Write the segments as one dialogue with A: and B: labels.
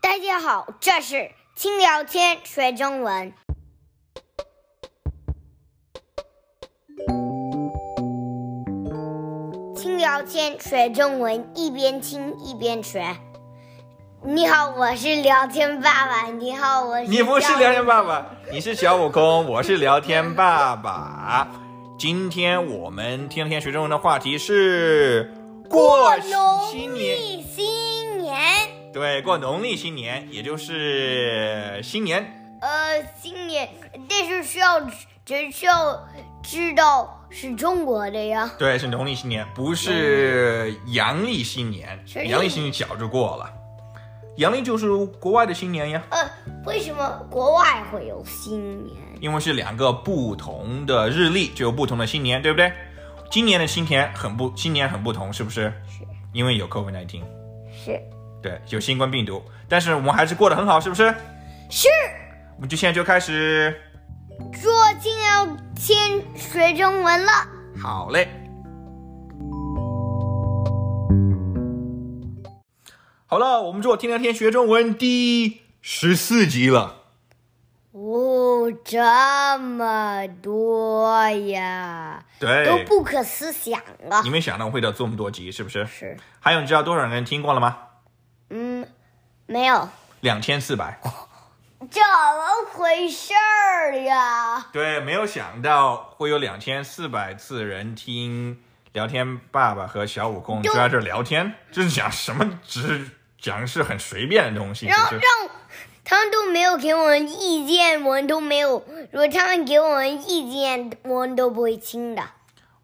A: 大家好，这是轻聊天学中文。轻聊天学中文，一边听一边学。你好，我是聊天爸爸。你好，我是
B: 你不是
A: 赵
B: 聊天爸爸，你是小悟空，我是聊天爸爸。今天我们天天学中文的话题是
A: 过
B: 过
A: 农
B: 新年，
A: 历新年，
B: 对，过农历新年，也就是新年。
A: 呃，新年，但是需要只需要知道是中国的呀。
B: 对，是农历新年，不是阳历新年
A: 是。
B: 阳历新年早就过了，阳历就是国外的新年呀，
A: 呃，为什么国外会有新年？
B: 因为是两个不同的日历，就有不同的新年，对不对？今年的新年很不，新年很不同，是不是？
A: 是
B: 因为有 COVID-19。
A: 是
B: 对，有新冠病毒，但是我们还是过得很好，是不是？
A: 是，
B: 我们就现在就开始。
A: 说今要先学中文了。
B: 好嘞。好了，我们做天天天学中文第十四集了。
A: 哦，这么多呀，都
B: 对，
A: 不可思想啊
B: 哎你！没想到会到这么多集，是不是？
A: 是，
B: 还有，你知道多少人听过了吗？
A: 嗯，没有，
B: 两千四百。
A: 怎么回事儿呀？
B: 对，没有想到会有两千四百次人听聊天爸爸和小悟空就在这聊天，就是讲什么只讲是很随便的东西，
A: 然后
B: 就是
A: 让他们都没有给我们意见，我们都没有。如果他们给我们意见，我们都不会听的。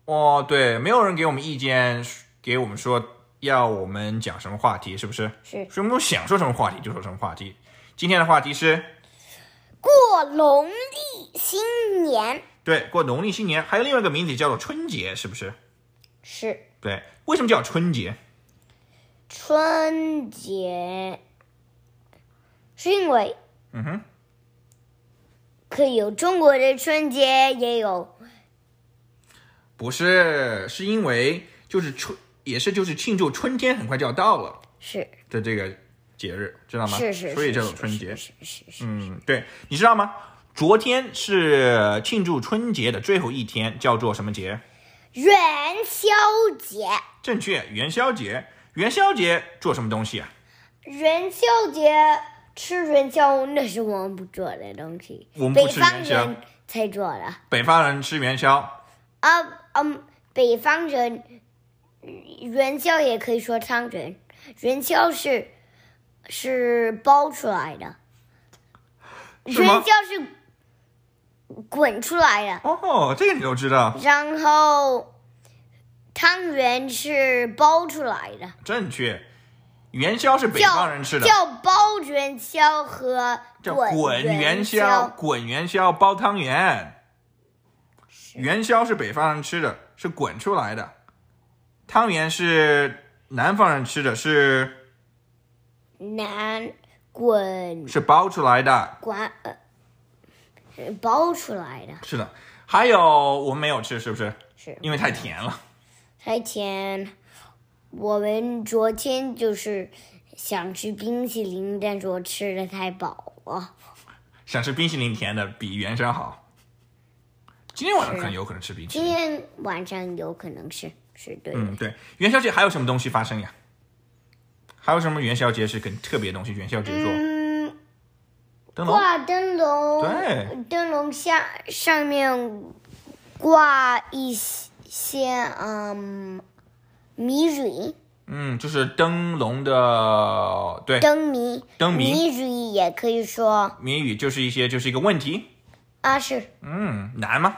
B: 哦，对，没有人给我们意见，给我们说要我们讲什么话题，是不是？
A: 是
B: 所以我们想说什么话题就说什么话题。今天的话题是
A: 过农历新年
B: 对过农历新年，还有另外一个名字叫做春节，是不是？
A: 是
B: 对，为什么叫春节？
A: 春节，是因为
B: 嗯哼，
A: 可以有中国的春节，也有
B: 不是，是因为就是春，也是就是庆祝春天很快就要到了。
A: 是
B: 的这个节日，知道吗？
A: 是是，
B: 啊所以
A: 是
B: 叫
A: 是
B: 做春节。
A: 是是是是
B: 嗯，对，你知道吗？昨天是庆祝春节的最后一天，叫做什么节？
A: 元宵节，
B: 正确，元宵节。元宵节做什么东西啊？
A: 元宵节吃元宵那是我们不做的东西，
B: 我们
A: 北
B: 不吃
A: 方
B: 元宵
A: 人才做的。
B: 北方人吃元宵，
A: 啊嗯，北方人嗯元宵也可以说汤圆，元宵是是包出来的，
B: 是
A: 元
B: 吗
A: 宵是滚出来的，
B: 哦，这个你都知道，
A: 然后汤圆是包出来的，
B: 正确。元宵是北
A: 叫
B: 方人吃的，
A: 叫包元宵和
B: 叫滚元
A: 元
B: 宵，滚元宵包汤圆。元宵是北方人吃的，是滚出来的；汤圆是南方人吃的，是
A: 南滚
B: 是包出来的。
A: 管呃是包出来的
B: 是的，还有我们没有吃，是不是？
A: 是。
B: 因为太甜了。
A: 还甜。我们昨天就是想吃冰淇淋，但是我吃的太饱了。
B: 想吃冰淇淋，甜的比元宵好。今天晚上可能有可能吃冰淇
A: 今
B: 淋。
A: 天晚上有可能是是对的，
B: 嗯，对，元宵节还有什么东西发生呀？还有什么元宵节是很特别的东西？元宵节做、
A: 嗯，
B: 灯笼，
A: 挂灯笼，
B: 对
A: 灯笼下上面挂一些嗯谜语，
B: 嗯，就是灯笼的，对，
A: 灯谜，
B: 哎灯谜
A: 谜语也可以说
B: 谜语就是一些就是一个问题。
A: 啊是
B: 嗯，难吗？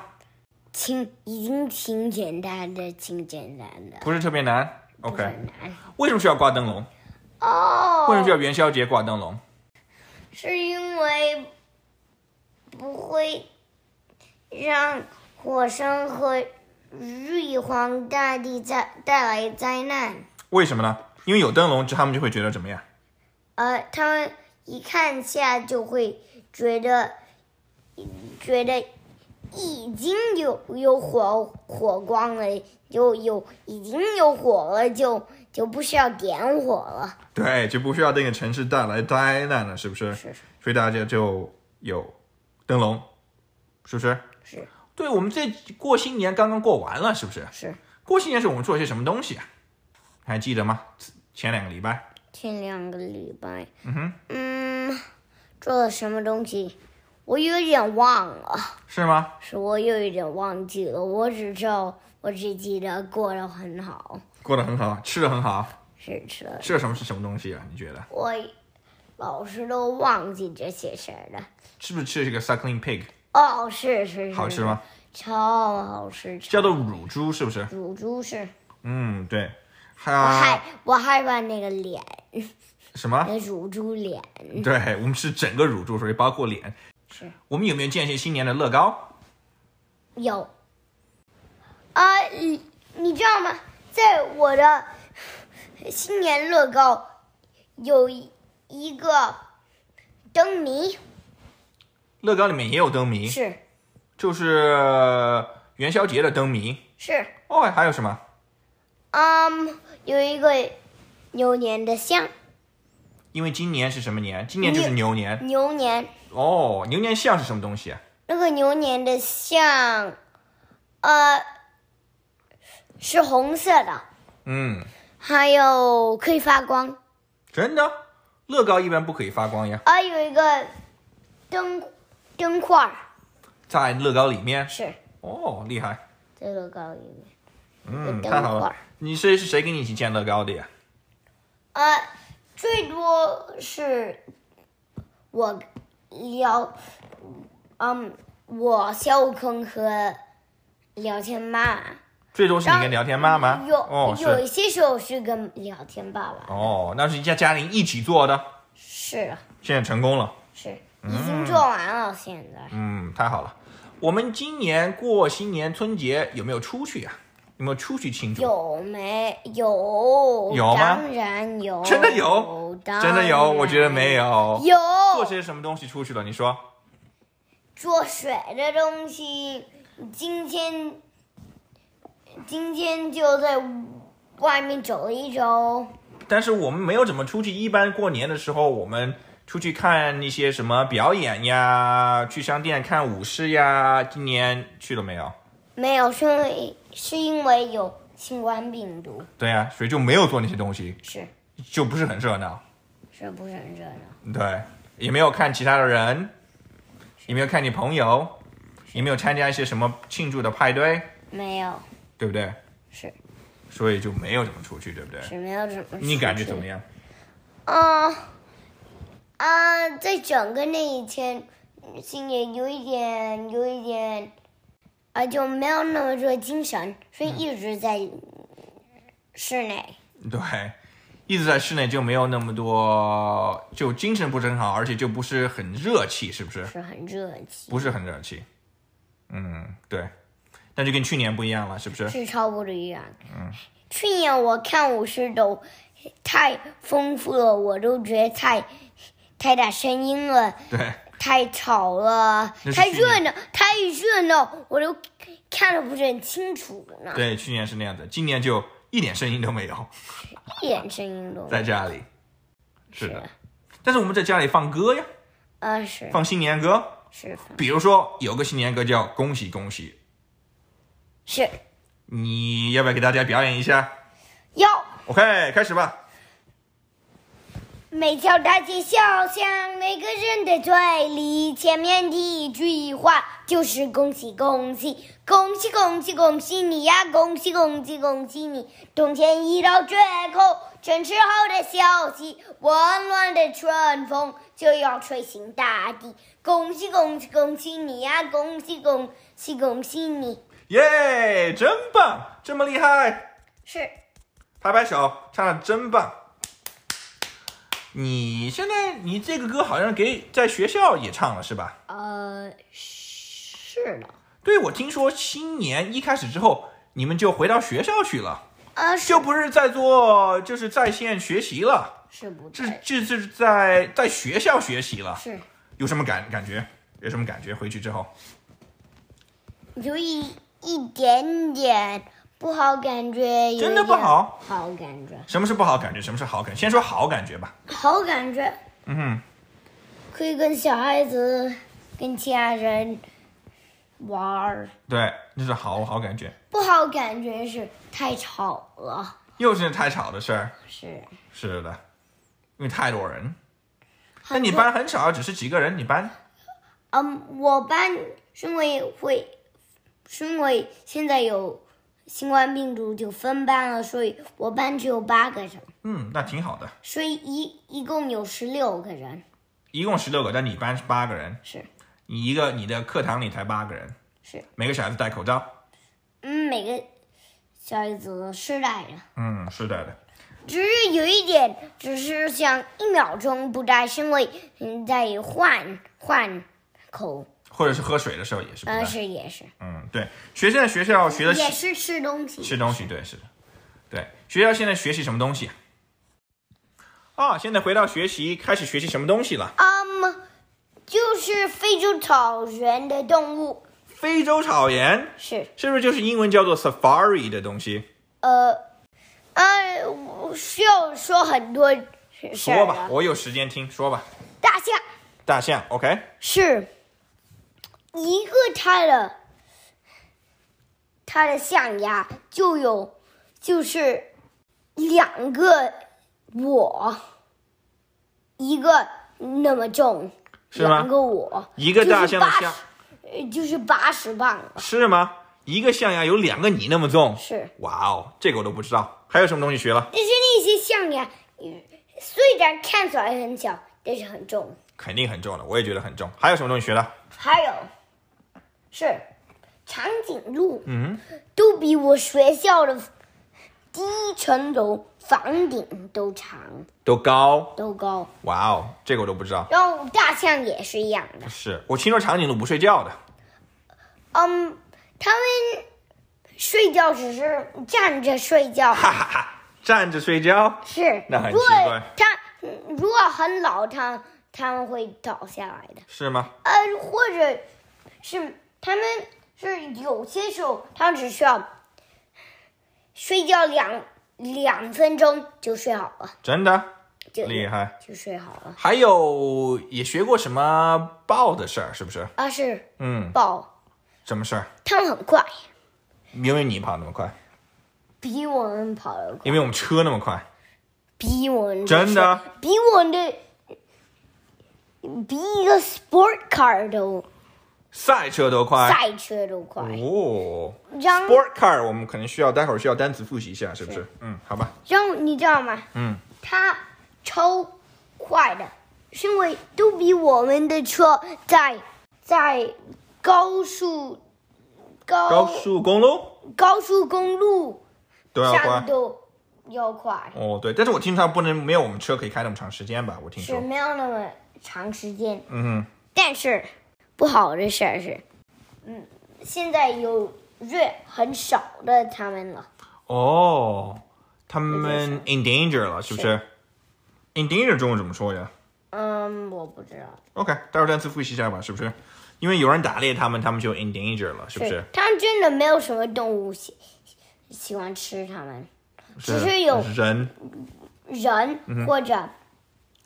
A: 挺已经挺简单的，挺简单的，
B: 不是特别难。OK，
A: 很难
B: 为什么需要挂灯笼？
A: 哦。
B: 为什么需要元宵节挂灯笼？
A: 是因为不会让火山和玉皇大帝带带来灾难，
B: 为什么呢？因为有灯笼，他们就会觉得怎么样？
A: 而他们一看下就会觉得觉得已经有有火火光了，有有已经有火了，就就不需要点火了。
B: 对，就不需要这个城市带来灾难了，是不是？
A: 是是
B: 所以大家就有灯笼，是不是？
A: 是
B: 对，我们这过新年刚刚过完了，是不是？
A: 是，
B: 过新年时我们做了些什么东西啊？还记得吗？前两个礼拜，
A: 前两个礼拜，
B: 嗯哼，
A: 嗯，做了什么东西，我有点忘了，
B: 是吗？
A: 是我有一点忘记了，我只知道我只记得过得很好，
B: 过得很好，吃的很好，
A: 是吃了
B: 吃了什么是什么东西啊？你觉得
A: 我老是都忘记这些事儿了。
B: 是不是吃这个 suckling pig
A: 哦，是是是，
B: 好吃吗？
A: 超好吃，超
B: 叫做乳猪，是不是？
A: 乳猪是，
B: 嗯，对。还
A: 我
B: 有
A: 害我害怕那个脸，
B: 什么？
A: 那乳猪脸
B: 对我们吃整个乳猪，所以包括脸。
A: 是
B: 我们有没有见一些新年的乐高？
A: 有。啊、你你知道吗？在我的新年乐高有一一个灯谜，
B: 乐高里面也有灯谜，
A: 是
B: 就是呃元宵节的灯谜。
A: 是，
B: 哦，还有什么？
A: 嗯，有一个牛年的像
B: 因为今年是什么年？今年就是牛年。
A: 牛年。
B: 哦，牛年像是什么东西啊？
A: 那个牛年的像，呃，是红色的，
B: 嗯，
A: 还有可以发光。
B: 真的，乐高一般不可以发光呀，
A: 啊，有一个灯灯块儿
B: 在乐高里面。
A: 是
B: 哦，厉害。
A: 在乐高里面。
B: 嗯，
A: 有灯
B: 太好了
A: 管。
B: 你是是谁跟你一起建乐高的呀？
A: 呃，最多是我聊，嗯，我小悟空和聊天妈妈。
B: 最多是你
A: 当
B: 跟聊天妈妈。
A: 有、
B: 哦，
A: 有
B: 是。
A: 一些时候是跟聊天爸爸。
B: 哦，那是一家家人一起做的，
A: 是啊
B: 现在成功了。
A: 是，已经做完了，现在。
B: 嗯，太好了。我们今年过新年春节有没有出去呀、有没有出去庆祝？
A: 有没有？
B: 有吗
A: 当然有，
B: 真的有
A: 当然
B: 真的有？我觉得没有。
A: 有。
B: 做些什么东西出去了？你说
A: 做水的东西，今天今天就在外面走了一周。
B: 但是我们没有怎么出去。一般过年的时候，我们出去看一些什么表演呀，去商店看舞狮呀。今年去了没有？
A: 没有，是因为是因为有新冠病毒，
B: 对呀、所以就没有做那些东西，
A: 是
B: 就不是很热闹。
A: 是不是很热闹？
B: 对，也没有看其他的人，也没有看你朋友，也没有参加一些什么庆祝的派对，
A: 没有，
B: 对不对？
A: 是
B: 所以就没有怎么出去，对不对？
A: 是没有怎么。
B: 你感觉怎么？样？
A: 嗯，啊，在整个那一天，心里有一点，有一点，啊，就没有那么多精神，所以一直在室内。
B: 对，一直在室内就没有那么多，就精神不是很好，而且就不是很热气，是不是？
A: 是很热气，
B: 不是很热气。嗯，对。那就跟去年不一样了，是不是？
A: 是超不一样。嗯，去年我看舞狮都太丰富了，我都觉得太太大声音了，
B: 对，
A: 太吵了
B: 那，是
A: 太
B: 去
A: 热闹，太热闹，我都看的不是很清楚呢，
B: 对，去年是那样的，今年就一点声音都没有，
A: 一点声音都没有。
B: 在家里。是的，但是我们在家里放歌呀，
A: 啊，是
B: 放新年歌，
A: 是
B: 比如说有个新年歌叫《恭喜恭喜
A: 是》，
B: 你要不要给大家表演一下
A: 要
B: ？OK，开始吧。
A: 每条大街小巷，每个人的嘴里，前面第一句话就是恭喜恭喜，恭喜恭喜恭喜你呀，恭喜恭喜恭喜你！冬天已到绝口，正是好的消息，温暖的春风就要吹醒大地，恭喜恭喜恭喜你呀，恭喜恭喜恭喜你！
B: 耶，真棒，这么厉害，
A: 是
B: 拍拍手，唱的真棒。你现在你这个歌好像给在学校也唱了是吧？
A: 呃，是的，
B: 对，我听说新年一开始之后，你们就回到学校去了，
A: 呃，是
B: 就不是在做就是在线学习了，
A: 是不
B: 这
A: 对，
B: 这这是在在学校学习了，
A: 是。
B: 有什么感感觉？有什么感觉？回去之后，
A: 有一一点点不好感觉，有
B: 真的
A: 一点
B: 不好，
A: 好感觉，
B: 什么是不好感觉？什么是好感觉？先说好感觉吧。
A: 好感觉
B: 嗯哼，
A: 可以跟小孩子、跟其他人玩儿。
B: 对，这是好好感觉。
A: 不好感觉是太吵了，
B: 又是太吵的事儿，
A: 是
B: 是的，因为太多人。那你班很少，只是几个人？你班
A: 嗯，我班是因为会，是因为现在有新冠病毒就分班了，所以我班只有八个人，
B: 嗯，那挺好的，
A: 所以一一共有十六个人。
B: 一共十六个，但你班是八个人，
A: 是，
B: 你一个你的课堂里才八个人，
A: 是，
B: 每个小孩子戴口罩。
A: 嗯，每个小孩子是戴着，
B: 嗯，是的的，
A: 只是有一点，只是像一秒钟不戴，是因为你在换换口，
B: 或者是喝水的时候也是不戴。
A: 呃，是也是
B: 嗯，对，学生在学校学的
A: 也是吃东西，
B: 吃东西，对，是的，对。学校现在学习什么东西啊？啊，现在回到学习，开始学习什么东西了？
A: 嗯，就是非洲草原的动物
B: 非洲草原
A: 是。
B: 是不是就是英文叫做 safari 的东西？
A: 呃，呃，我需要说很多事
B: 说
A: 儿
B: 吧，
A: 啊。
B: 我有时间听，说吧。
A: 大象
B: 大象，OK，
A: 是一个它的它的象牙就有就是两个我，一个那么重，
B: 是吗
A: 两个我，
B: 一个大象的象
A: 就是八十磅了，
B: 是吗？一个象牙有两个你那么重，
A: 是。
B: 哇哦，这个我都不知道。还有什么东西学了？
A: 但是那些象牙嗯虽然看起来很小，但是很重。
B: 肯定很重了，我也觉得很重。还有什么东西学了？
A: 还有是长颈鹿，嗯，都比我学校的第一层楼房顶都长
B: 都高，
A: 都高。
B: 哇哦，这个我都不知道。
A: 然后大象也是一样的，
B: 是我听说长颈鹿不睡觉的，
A: 嗯，它们睡觉只是站着睡觉，
B: 哈哈哈，站着睡觉。
A: 是
B: 那很
A: 如果
B: 奇怪
A: 它嗯如果很老，它它们会倒下来的。
B: 是吗？
A: 呃，或者是他们是有些时候，他们只需要睡觉两两分钟就睡好了，
B: 真的
A: 就
B: 厉害。
A: 就睡好了。
B: 还有也学过什么豹的事儿，是不是？
A: 啊，是
B: 嗯，
A: 豹，
B: 什么事儿？
A: 他们很快，
B: 因为你跑那么快，
A: 比我们跑得快，
B: 因为我们车那么快，
A: 比我们
B: 真的
A: 是比我们的比一个 sport car 都
B: 赛车都快。
A: 赛车都快。
B: 哎哦
A: 让
B: ，Sport Car，我们可能需要待会儿需要单词复习一下，是不是？嗯，好吧。
A: 然后你知道吗？
B: 嗯，
A: 它超快的，是因为都比我们的车在在高速高
B: 高速公路
A: 高速公路
B: 都要
A: 上
B: 快。
A: 都要快，
B: 哦，对，但是我听说不能没有我们车可以开那么长时间吧？我听
A: 是
B: 说。
A: 没有那么长时间。
B: 嗯
A: 但是不好的事儿是，嗯，现在有越很少的他们了，
B: 哼，哦，他
A: 是
B: 们 endanger 了，是不是？endanger 中文怎么说呀？
A: 嗯，我不知道，
B: OK，待会儿单词复习一下吧，是不是？因为有人打猎他们，他们就 in danger 了，是不是？
A: 他们真的没有什么动物喜喜欢吃他们。只是有
B: 人，
A: 人或者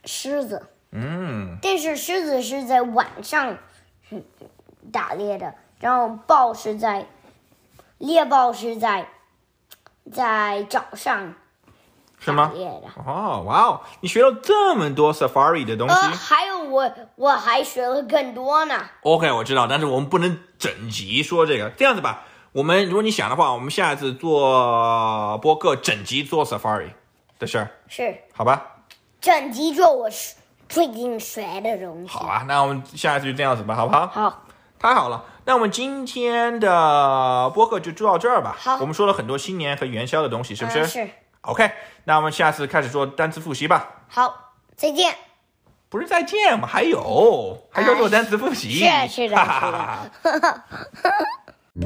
A: 狮子，
B: 嗯，
A: 但是狮子是在晚上嗯打猎的，然后豹是在猎豹是在在早上
B: 是
A: 打
B: 吗？
A: 猎的。
B: 哦，哇哦，你学了这么多 safari 的东西。
A: 呃，还有我我还学了更多呢。
B: OK，我知道，但是我们不能整集说这个。这样子吧，我们如果你想的话，我们下次做播客整集做 safari 的事儿，
A: 是
B: 好吧？
A: 整集做我是最近学的东西。
B: 好啊，那我们下次就这样子吧，好不好？
A: 嗯好，
B: 太好了，那我们今天的播客就做到这儿吧。
A: 好
B: 我们说了很多新年和元宵的东西，是不
A: 嗯是
B: OK，那我们下次开始做单词复习吧。
A: 好，再见。
B: 不是再见，我们还有，还要做单词复习。
A: 是是 的
B: 哈
A: 是的
B: 哈哈。好了，我们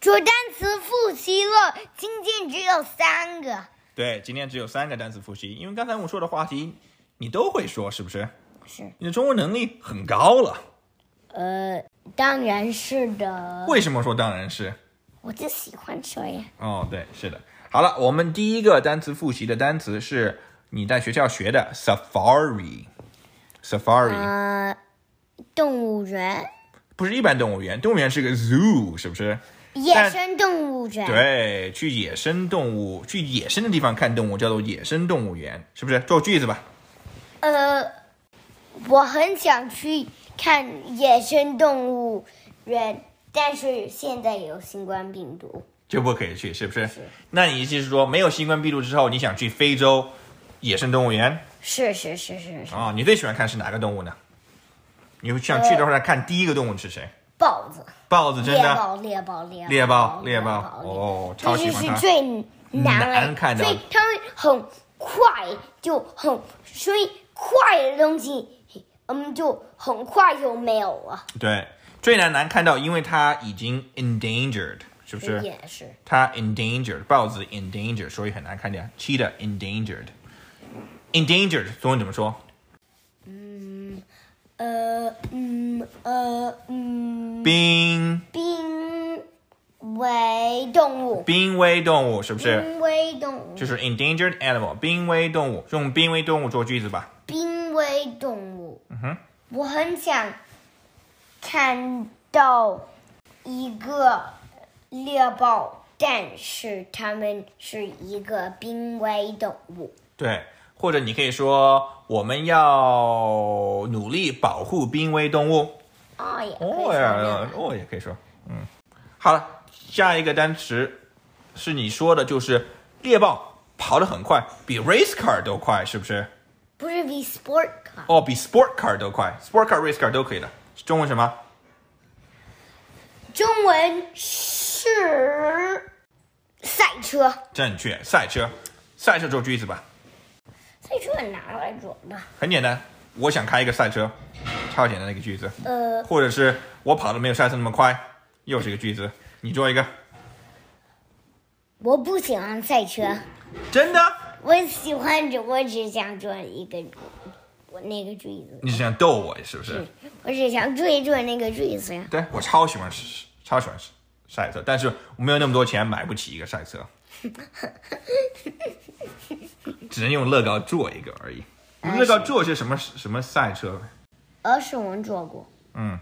A: 做单词复习了，今天只有三个。
B: 对，今天只有三个单词复习，因为刚才我说的话题你都会说，是不是？
A: 是，
B: 你的中文能力很高了。
A: 呃，当然是的，
B: 为什么说当然是？
A: 我就喜欢说呀。
B: 哦，对，是的。好了，我们第一个单词复习的单词是你在学校学的 safari。safari
A: 呃，动物园，
B: 不是一般动物园，动物园是个 zoo，是不是？
A: 野
B: 但
A: 生动物园。
B: 对，去野生动物，去野生的地方看动物叫做野生动物园，是不是？做句子吧。
A: 呃，我很想去看野生动物园，但是现在有新冠病毒。
B: 就不可以去，是不是？那你意思是说，没有新冠病毒之后，你想去非洲野生动物园
A: 是是是是是，
B: 啊、你最喜欢看是哪个动物呢？你想去的话，看第一个动物是谁？
A: 豹子，
B: 豹子真
A: 猎
B: 的？
A: 豹，猎豹，猎
B: 猎
A: 豹
B: 豹，，猎豹，哦，
A: 这
B: 超喜
A: 就
B: 欢
A: 是
B: 它。
A: 最
B: 难
A: 难了
B: 看的
A: 所以它们很快就很，所以快的东西，嗯，就很快就没有了。
B: 对，最难难看到，因为它已经 endangered，是不是？
A: 也是，
B: 它 endangered，豹子 endangered，所以很难看见。cheetah endangered。endangered 中文怎么说？
A: 呃，嗯，呃，嗯。
B: 濒
A: 濒危动物，
B: 濒危动物是不是？
A: 濒危动物
B: 就是 endangered animal，濒危动物。用濒危动物做句子吧。
A: 濒危动物。嗯哼，我很想看到一个猎豹，但是它们是一个濒危动物。
B: 对，或者你可以说我们要努力保护濒危动物。
A: 哦，也可以
B: 哦
A: 说这样
B: 呀，哦也可以说，嗯，好了，下一个单词是你说的，就是猎豹跑得很快，比 race car 都快，是不是？
A: 不是比 sport 啊 car
B: 哦，比 sport car 都快，sport car、race car 都可以的。中文什么？
A: 中文是赛车，
B: 正确，赛车，赛车做句子吧，
A: 赛车很难来着的。
B: 很简单。我想开一个赛车，超简单的一个句子。
A: 呃，
B: 或者是我跑得没有赛车那么快，又是一个句子。你做一个，
A: 我不喜欢赛车。
B: 真的？
A: 我喜欢只，我只想做一个我那个坠子，
B: 你是想逗我是不是？
A: 我只想追做那个坠子呀。
B: 对我超喜欢超喜欢赛车，但是我没有那么多钱买不起一个赛车，只能用乐高做一个而已。
A: 哎
B: 乐高做些什么什么赛车？
A: 呃，是我们做过，
B: 嗯，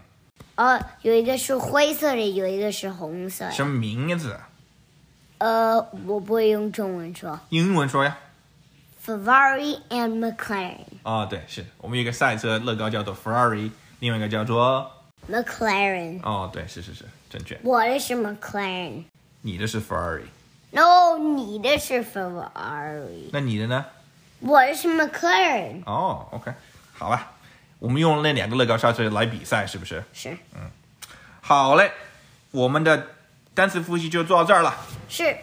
A: 呃，有一个是灰色的，有一个是红色的。
B: 什么名字？
A: 呃，我不会用中文说
B: 英文说呀。
A: Ferrari and McLaren，McLaren
B: 哦，对，是我们有一个赛车乐高叫做 Ferrari，另外一个叫做……
A: McLaren。
B: 哦，对，是是是，正确。
A: 我的是 McLaren，
B: 你的是 Ferrari，
A: 然后你的是 Ferrari，
B: 那你的呢？
A: 我的是 McLaren，
B: 哦，OK，好吧，我们用那两个乐高赛车来比赛，是不是？
A: 是
B: 好嘞，我们的单词复习就做到这儿了。
A: 是。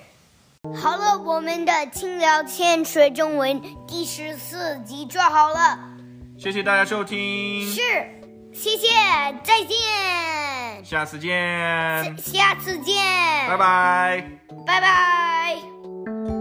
A: 好了，我们的轻聊千学中文第十四集做好了。
B: 谢谢大家收听，
A: 是，谢谢，再见，
B: 下次见，
A: 下次见，
B: 拜，拜。
A: 拜拜。